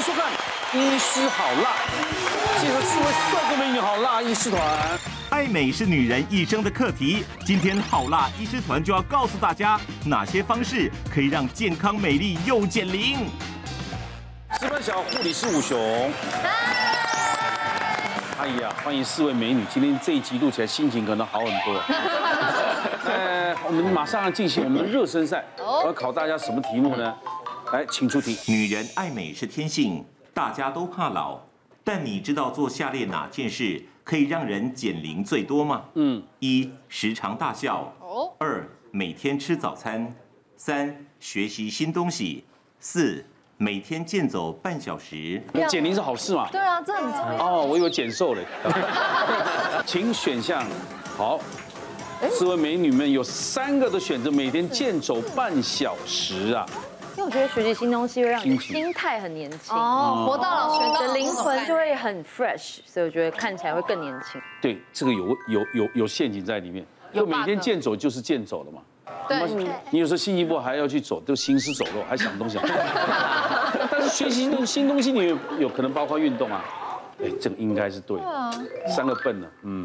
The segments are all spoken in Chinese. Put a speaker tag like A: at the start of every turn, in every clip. A: 收看《医师好辣》，介绍四位帅哥美女好辣医师团。
B: 爱美是女人一生的课题。今天好辣医师团就要告诉大家，哪些方式可以让健康美丽又减龄。
A: 值班小护理师武雄。哎呀，欢迎四位美女！今天这一集录起来心情可能好很多。呃，我们马上进行我们热身赛，我要考大家什么题目呢？来，请出题。
B: 女人爱美是天性，大家都怕老，但你知道做下列哪件事可以让人减龄最多吗？嗯，一时常大笑，
C: 哦
B: 二每天吃早餐，三学习新东西，四每天健走半小时。
A: 减龄是好事嘛？
C: 对啊，这很重要。
A: 哦，我以为减瘦了。请选项，好，四位美女们有三个的选择，每天健走半小时啊。
D: 因为我觉得学习新东西会让你
A: 心情
D: 心态很年轻，
C: 哦，活到老学
D: 你
C: 到
D: 的
C: 老，
D: 灵魂就会很 fresh，所以我觉得看起来会更年 轻。
A: 对，这个有有有有陷阱在里面。就
C: 有
A: 每天
C: bug
A: 健走就是健走了嘛。
C: 对，
A: 你有时候新一步还要去走，都行尸走肉，还想东想西。但是学习新东新东西，你有有可能包括运动啊。哎，这个应该是对的。三个笨了，嗯，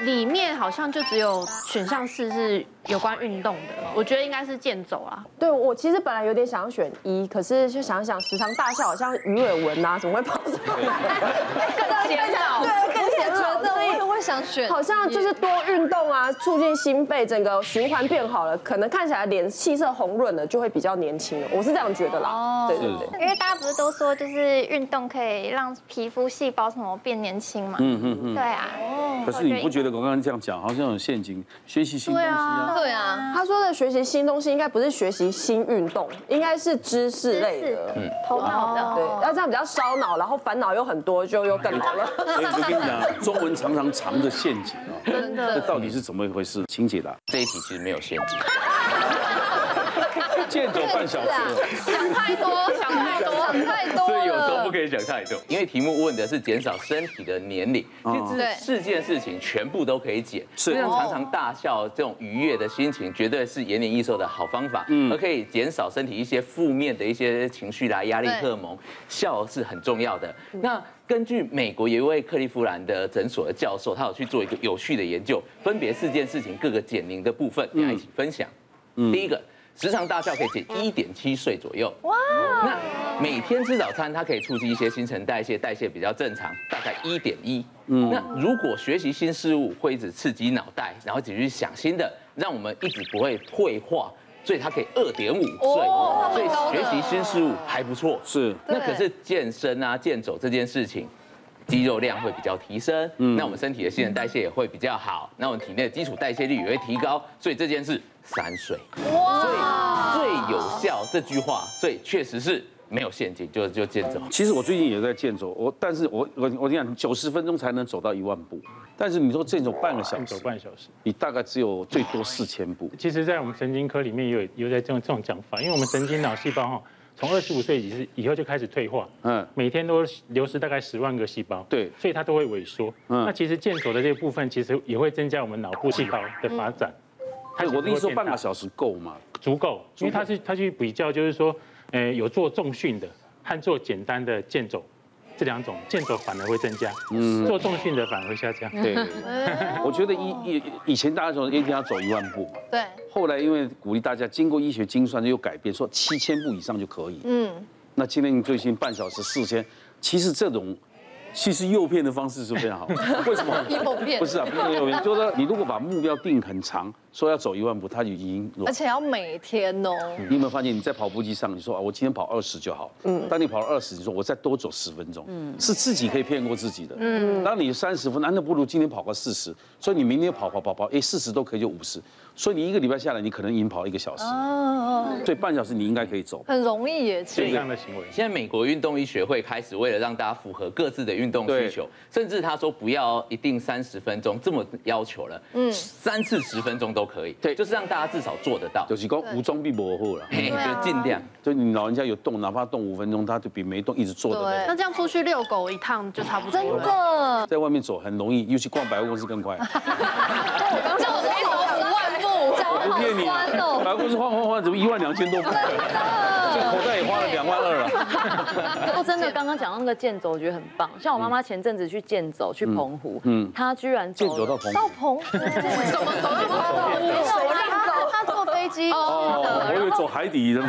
E: 里面好像就只有选项四是有关运动的，我觉得应该是健走啦。
F: 对我其实本来有点想要选一，可是就想想时常大笑，好像鱼尾纹啊，怎么会跑出来？
E: 显老
F: 对，更
C: 我也
F: 显
C: 觉
F: 老，
C: 得，
F: 所
C: 我
F: 以
C: 也会想选。
F: 好像就是多运动啊，促进心肺整个循环变好了，可能看起来脸气色红润了，就会比较年轻了。我是这样觉得
E: 哦
F: 啦。对对对。
G: 因为大家不是都说，就是运动可以让皮肤细胞什么变年轻嘛？嗯嗯嗯。对啊。
A: 可是你不觉得我刚刚这样讲好像有陷阱？学习新东
E: 对
A: 西啊，
E: 啊，
C: 对啊，
F: 他说的学习新东西，应该不是学习新运动，应该是知识类
G: 知识
F: 的。
E: 嗯
G: 头
E: 哦
G: 脑的。
F: 对，要这样比较烧脑，然后烦恼又很多，就又更老了。
A: 所以我就跟你讲，中文常常藏着陷阱啊，
E: 真
A: 这
E: 的。
A: 到底是怎么一回事？请解答。
H: 这一题其实没有陷阱，
A: 健走半小时，
C: 想太多，想太多，想太多
H: 所以有时候
C: 了
H: 不。可以想太多，因为题目问的是减少身体的年龄，其
C: 对
H: 实四件事情全部都可以减，
A: 是
H: 就像常常大笑这种愉悦的心情，绝对是延年益寿的好方法，而可以减少身体一些负面的一些情绪啦、压力
C: 对
H: 荷尔蒙，笑是很重要的。那根据美国有一位克利夫兰的诊所的教授，他有去做一个有趣的研究，分别四件事情各个减龄的部分，大家一起分享。第一个，时常大笑可以减一点七岁左右。哇，那每天吃早餐，它可以促进一些新陈代谢，代谢比较正常，大概一点一。那如果学习新事物，会一直刺激脑袋，然后一直去想新的，让我们一直不会退化。所以它可以二点五岁，
C: 哦
H: 所以
C: 蛮高的
H: 学习新事物还不错。
A: 是
H: 那可是健身啊、健走这件事情，肌肉量会比较提升，
A: 嗯
H: 那我们身体的新陈代谢也会比较好，那我们体内的基础代谢率也会提高，所以这件事三岁，所以最有效这句话，所以确实是没有陷阱，就就健走。
A: 其实我最近也在健走，我但是我我我跟你讲，九十分钟才能走到一万步，但是你说健走半个小时
I: 走，半小时。
A: 你大概只有最多四千步。
I: 其实，在我们神经科里面也有有在这种这种讲法，因为我们神经脑细胞哈，从二十五岁以是以后就开始退化，
A: 嗯
I: 嗯，每天都流失大概十万个细胞，
A: 对
I: 所以它都会萎缩。
A: 嗯
I: 那其实健走的这个部分，其实也会增加我们脑部细胞的发展。
A: 哎，我的意思说
I: 它其实会变大
A: 半个小时够吗？
I: 足够，因为他是他去比较，就是说，呃，有做重训的和做简单的健走这两种，健走反而会增加，嗯，做重训的反而会下降。
A: 对，
C: 哎
A: 我觉得以以以前大家说一天要走一万步，
C: 对，
A: 后来因为鼓励大家，经过医学精算又改变，说七千步以上就可以。嗯，那今天你最近半小时四千，其实这种其实诱骗的方式是非 常好。为什么？
C: 诱骗
A: 不是啊，不是诱骗，就是说你如果把目标定很长，说要走一万步，他就已经裸
C: 而且要每天哦。
A: 你有没有发现你在跑步机上，你说啊，我今天跑二十就好。嗯，当你跑了二十，你说我再多走十分钟，嗯，是自己可以骗过自己的。嗯，当你三十分，那那不如今天跑个四十，所以你明天跑跑跑跑，哎，四十都可以就五十，所以你一个礼拜下来，你可能已经跑一个小时，
C: 哦，
A: 所以半小时你应该可以走。
C: 很容易耶，其
I: 这
C: 实
I: 样的行为，
H: 现在美国运动医学会开始为了让大家符合各自的运动
A: 对
H: 需求，甚至他说不要一定三十分钟这么要求了，嗯，三次十分钟都可以，
A: 对
H: 就是让大家至少做得到
A: 有，几个无装必模糊了，
H: 嘿，
E: 啊
H: 就尽量。
A: 就你老人家有动，哪怕动五分钟，他就比没动一直坐的
C: 对
A: 人。
E: 那这样出去遛狗一趟就差不多
C: 真
E: 了。
C: 的，
A: 在外面走很容易，尤其逛百货公司更 快。
C: 这我没走五万步，脚
A: 我不骗你啊，
C: 好酸哦。
A: 百货公司晃晃晃，怎么一万两千多步？这口袋也花了两万二啊了。
D: 不过真的，刚刚讲到那个健走，我觉得很棒。像我妈妈前阵子去健走，去澎湖，嗯，她居然
A: 健走到澎湖
G: 到，澎湖，怎么走到
C: 澎湖
G: 他他坐飞机，
A: 哦，我以为走海底的 嘛。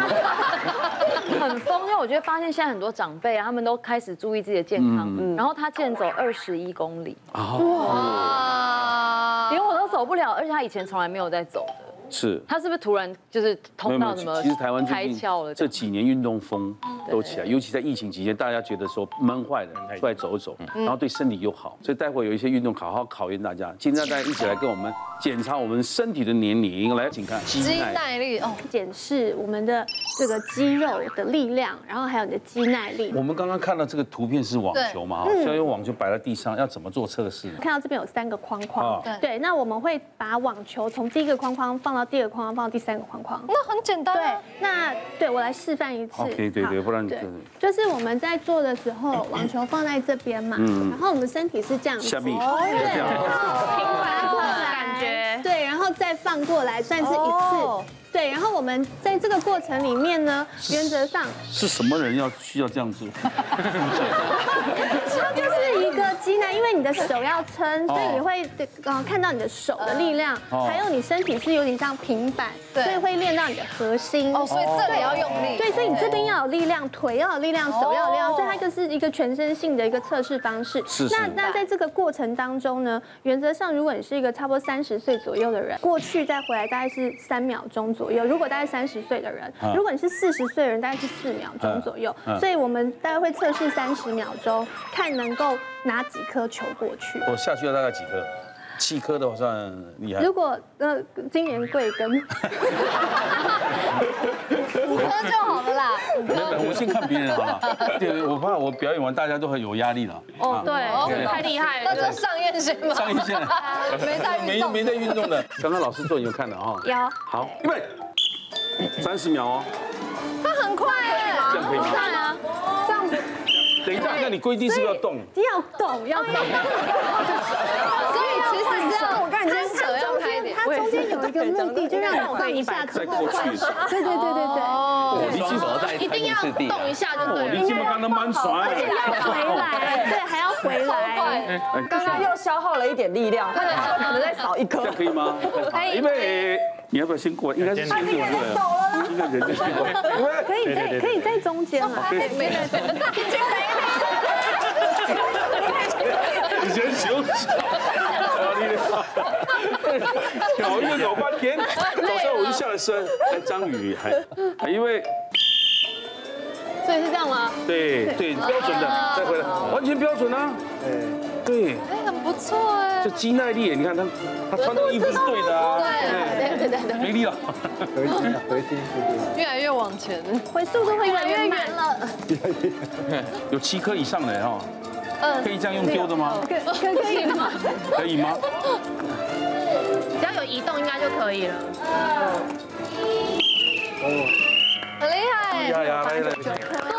D: 很疯，因为我觉得发现现在很多长辈啊，他们都开始注意自己的健康，
A: 嗯
D: 然后她健走二十一公里，
A: 哦
C: 啊，
D: 连我都走不了，而且她以前从来没有在走的。
A: 是。
D: 她是不是突然就是
A: 没有
D: 通
A: 没有
D: 到什么？
A: 其实台湾
D: 开
A: 最
D: 窍了嗯
A: 近这几年运动风都起来，尤其在疫情期间，大家觉得说闷坏了，出来走一走，
D: 嗯
A: 然后对身体又好。所以待会有一些运动好好考验大家。今天大家一起来跟我们检查我们身体的年龄，来，请看肌
C: 肌耐力哦，
J: 检视我们的这个肌肉的力量，然后还有你的肌耐力。
A: 我们刚刚看到这个图片是网球嘛，哈，
D: 嗯
A: 现在用网球摆在地上，要怎么做测试呢？
J: 看到这边有三个框
A: 哦
J: 框，对，那我们会把网球从第一个框框放到第二个框框，放到第三个框框。
G: 那很简单
J: 对
G: 啊，，
J: 那对我来示范一次。
A: 好可以对对
J: 好
A: 不然你真的
J: 就是我们在做的时候，网球放在这边嘛，然后我们身体是这样子，
A: 嗯下面
J: 对，
A: 这样
J: 然后平滑过来，
E: 感觉
J: 对，然后再放过来，算是一
G: 哦
J: 次。对，然后我们在这个过程里面呢，原则上
A: 是什么人要需要这样做？
J: 它就是一个肌耐，因为你的手要撑，所以你会呃看到你的手的力量，
A: 哦
J: 还有你身体是有点像平板，
G: 对
J: 所以会练到你的核心。
C: 哦，所以这里要用力，
J: 对，所以你这边要有力量，腿要有力量，手要有力量，
C: 哦
J: 所以它就是一个全身性的一个测试方式。
A: 是是
J: 那那在这个过程当中呢，原则上如果你是一个差不多三十岁左右的人，过去再回来大概是三秒钟左右；如果大概三十岁的人
A: 嗯，
J: 如果你是四十岁的人，大概是四秒钟左右
A: 嗯嗯。
J: 所以我们大概会测试三十秒钟，看能够拿几颗球过去。
A: 我下去要大概几颗？七颗的话算厉害。
J: 如果呃今年贵 庚？
G: 五颗就好了啦。
A: 没有，我先看别人好了。对，我怕我表演完大家都很有压力了。
E: 哦，对，太厉害
C: 那
E: 了，
C: 就上眼线吧，
A: 上一线了。
C: 没在运
A: 没
C: 动，
A: 没在运动的。刚刚老师做你有看的哈？
J: 有
A: 好，预备，三十秒哦，
C: 他很快哎，
A: 这样可以吗？
E: 对啊，
J: 这样子
A: 等一下，那你规定是不是要动？
J: 要动要动。
C: 所以其实是要我看你
J: 它
C: 手要开一点，
J: 它中间有一个目的，就让你放一下之后换手。对对对对
C: 哦
J: 对，
H: 我双手在
E: 哦一
H: 台
E: 定
H: 北
E: 要
H: 市地啊
E: 动一下就
A: 哦
E: 对
A: 你
E: 了。
A: 基本刚刚蛮爽。
J: 要回来，对，还要回来。
F: 刚刚又消耗了一点力量，他可能再少一颗
A: 这。样可以吗？预备，你要不要先过来？应该是先过这个人，应该人就先过来。预
J: 可以在可以在中间嘛？
A: 备，没人先休息。啊搞一个搞半天，早上我就下了身，哎，张宇还还因为
E: 所以是这样吗？
A: 对对，标准的，再回来，完全标准啊。对，
C: 哎，很不错哎，
A: 这肌耐力，你看他他穿的衣服是对的啊，
E: 对
A: 对
E: 对对对，
A: 没力了。
C: 越来越往前，
J: 回哎速度会越来越慢。
C: 了，
A: 有七颗以上的人哦，
C: 嗯
A: 可以这样用丢的吗？
J: 可可可以吗？
A: 可以吗？
E: 只要有移动应该就可以了。
A: 厉害
C: 很厉害，
A: 哎呀，来来，
C: 肚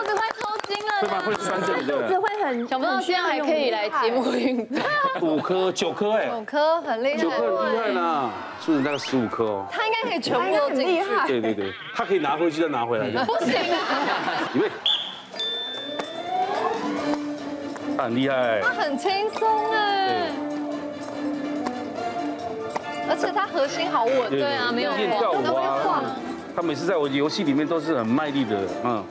C: 子快抽筋
A: 会吗？
C: 了，
A: 会酸这里
J: 肚子
A: 的，
J: 会很
E: 想不到今天还可以来节目运动，
A: 五颗九颗哎，
C: 五颗很厉
A: 九颗
C: 害，
A: 很厉害啦，苏人大概十五颗哦。
C: 他应该可以全
J: 哎
C: 部都进去，
A: 对对对，他可以拿回去再拿回来。
C: 嗯不行啊，
A: 预备，他很厉害。
C: 他很轻松哎，而且他核心好稳，对啊，没有
A: 练跳舞
C: 都会
A: 啊
C: 晃，，
A: 他每次在我游戏里面都是很卖力的，嗯。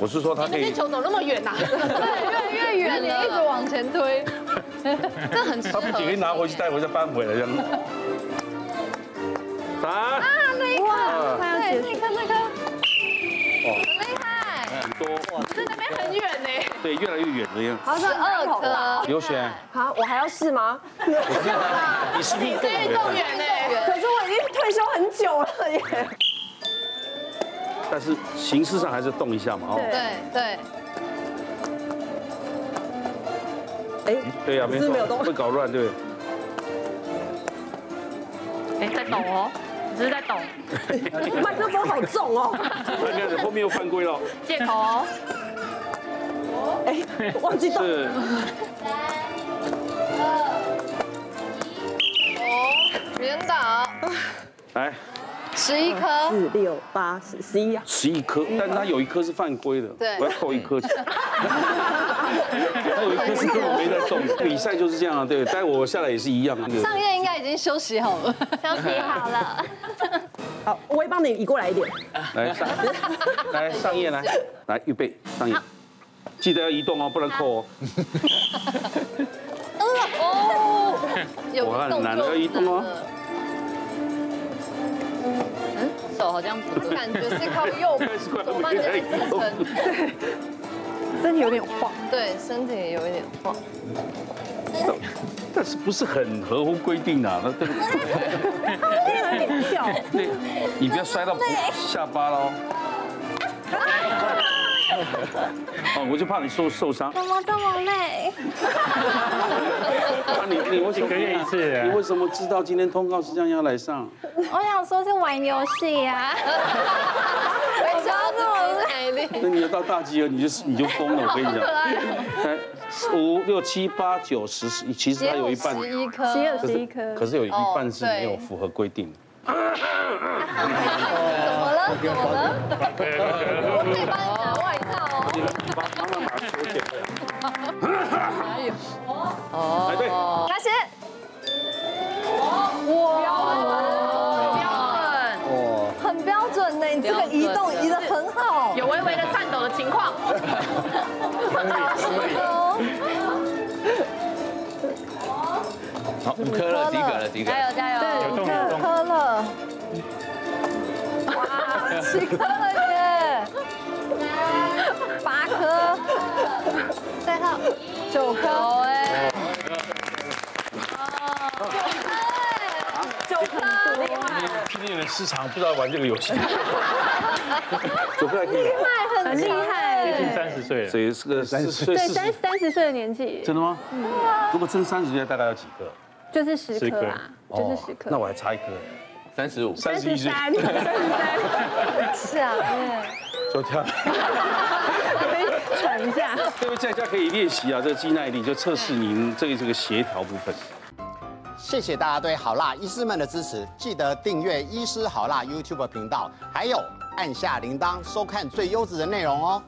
A: 我是说他可
E: 那些
A: 以，
E: 球走那么远呐、啊
C: 对，越来越远了，一直往前推，这很适
A: 他不仅可以
C: 合。
A: 拿回去带回再搬回来这样。三，
J: 哇，快要结束
C: 对，那。个哎那个，哦很厉害，
A: 很多，
E: 在那边很远呢、
A: 对，越来越远了样。
F: 好，
C: 十二颗，
A: 刘璇，
F: 好，我还要试吗？
A: 你是运
E: 运
A: 动员，
E: 动员呢、
F: 可是我已经退休很久了耶。
A: 但是形式上还是动一下嘛，哦。
C: 对对，
F: 哎，
A: 对啊呀，没
F: 是没有
A: 错，
F: 动
A: 会搞乱，对。
E: 哎、在抖哦、只是在抖，
F: 麦克风好重哦，
A: 哎你看，后面又犯规了，
E: 借口哦、
F: 忘记动。
A: 是。
C: 哦，连打，
A: 哎来，
C: 十一颗
K: 四六八十十一啊，
A: 十一颗，但它有一颗是犯规的，
K: 对
A: 我要扣一颗 钱。它有一颗是根本没在动的，比赛就是这样啊，对，待会我下来也是一样啊。
C: 上
A: 对
C: 夜应该已经休息好了，休
A: 息好
C: 了。
K: 好，我也帮你移过来一点。
A: 来上，来上夜来，来预备上夜，记得要移动哦，不能扣哦。
C: 呃哦，有
A: 我很
C: 动
A: 难
C: 作
A: 要移动哦。
C: 嗯，手好像不感觉是靠右手腕在支撑，
K: 身体有点晃，
C: 对，身体也有一点晃。
A: 但是不是很合乎规定啊？那这个
K: 有点跳。
A: 对，你不要摔到下巴喽。
I: 啊
A: 哦，我就怕你受受伤。
G: 怎么这么累？
A: 那啊你你为什么
I: 一个月一次啊
A: 你为什么知道今天通告是这样要来上？
G: 我想说是玩游戏啊呀，我知道这么累。
A: 那你要到大集合，你就你就疯了，我跟 你
C: 好可爱哦
A: 讲。来，五六七八九十十一，其实它有一半，
C: 只有11颗
A: 可是
C: 只有
A: 可是有
C: 11颗
A: 一半是
C: 哦对
A: 没有符合规定。
C: 怎么了？怎么了？我可以帮你拿外套哦。
A: 哎对
G: 开始。
L: 哦，
E: 很标准呢，你
L: 这个移动移得
C: 哦
L: 很好
E: 有微微的颤抖的情况。
H: 好，五颗了，及格了，及格了。
L: 加
H: 油
L: 对，
H: 有
L: 五
H: 动有动
L: 颗了，哇，七颗了耶，八颗，
G: 最后
L: 九颗，
G: 哎，
L: 九颗，厉害，
M: 拼尽了市场，不知道玩这个游戏。
A: 九个还可以
J: 厉害，很厉害，
A: 三十岁了，所以是个三十岁
J: 对，
A: 四
J: 三
A: 十，
J: 三十岁的年纪，
A: 真的吗？
J: 嗯，
A: 如果真三十岁，大概要几个？
J: 就是十颗啦，就是十颗
A: 那。我还差一颗，
H: 三十五，
A: 三十一岁，
J: 是啊，
A: 就 跳。
J: 喘一下。
A: 各位在家可以练习啊，这个肌耐力就测试您这个这个协调部分。
N: 谢谢大家对好辣医师们的支持，记得订阅医师好辣 YouTube 频道，还有按下铃铛收看最优质的内容哦。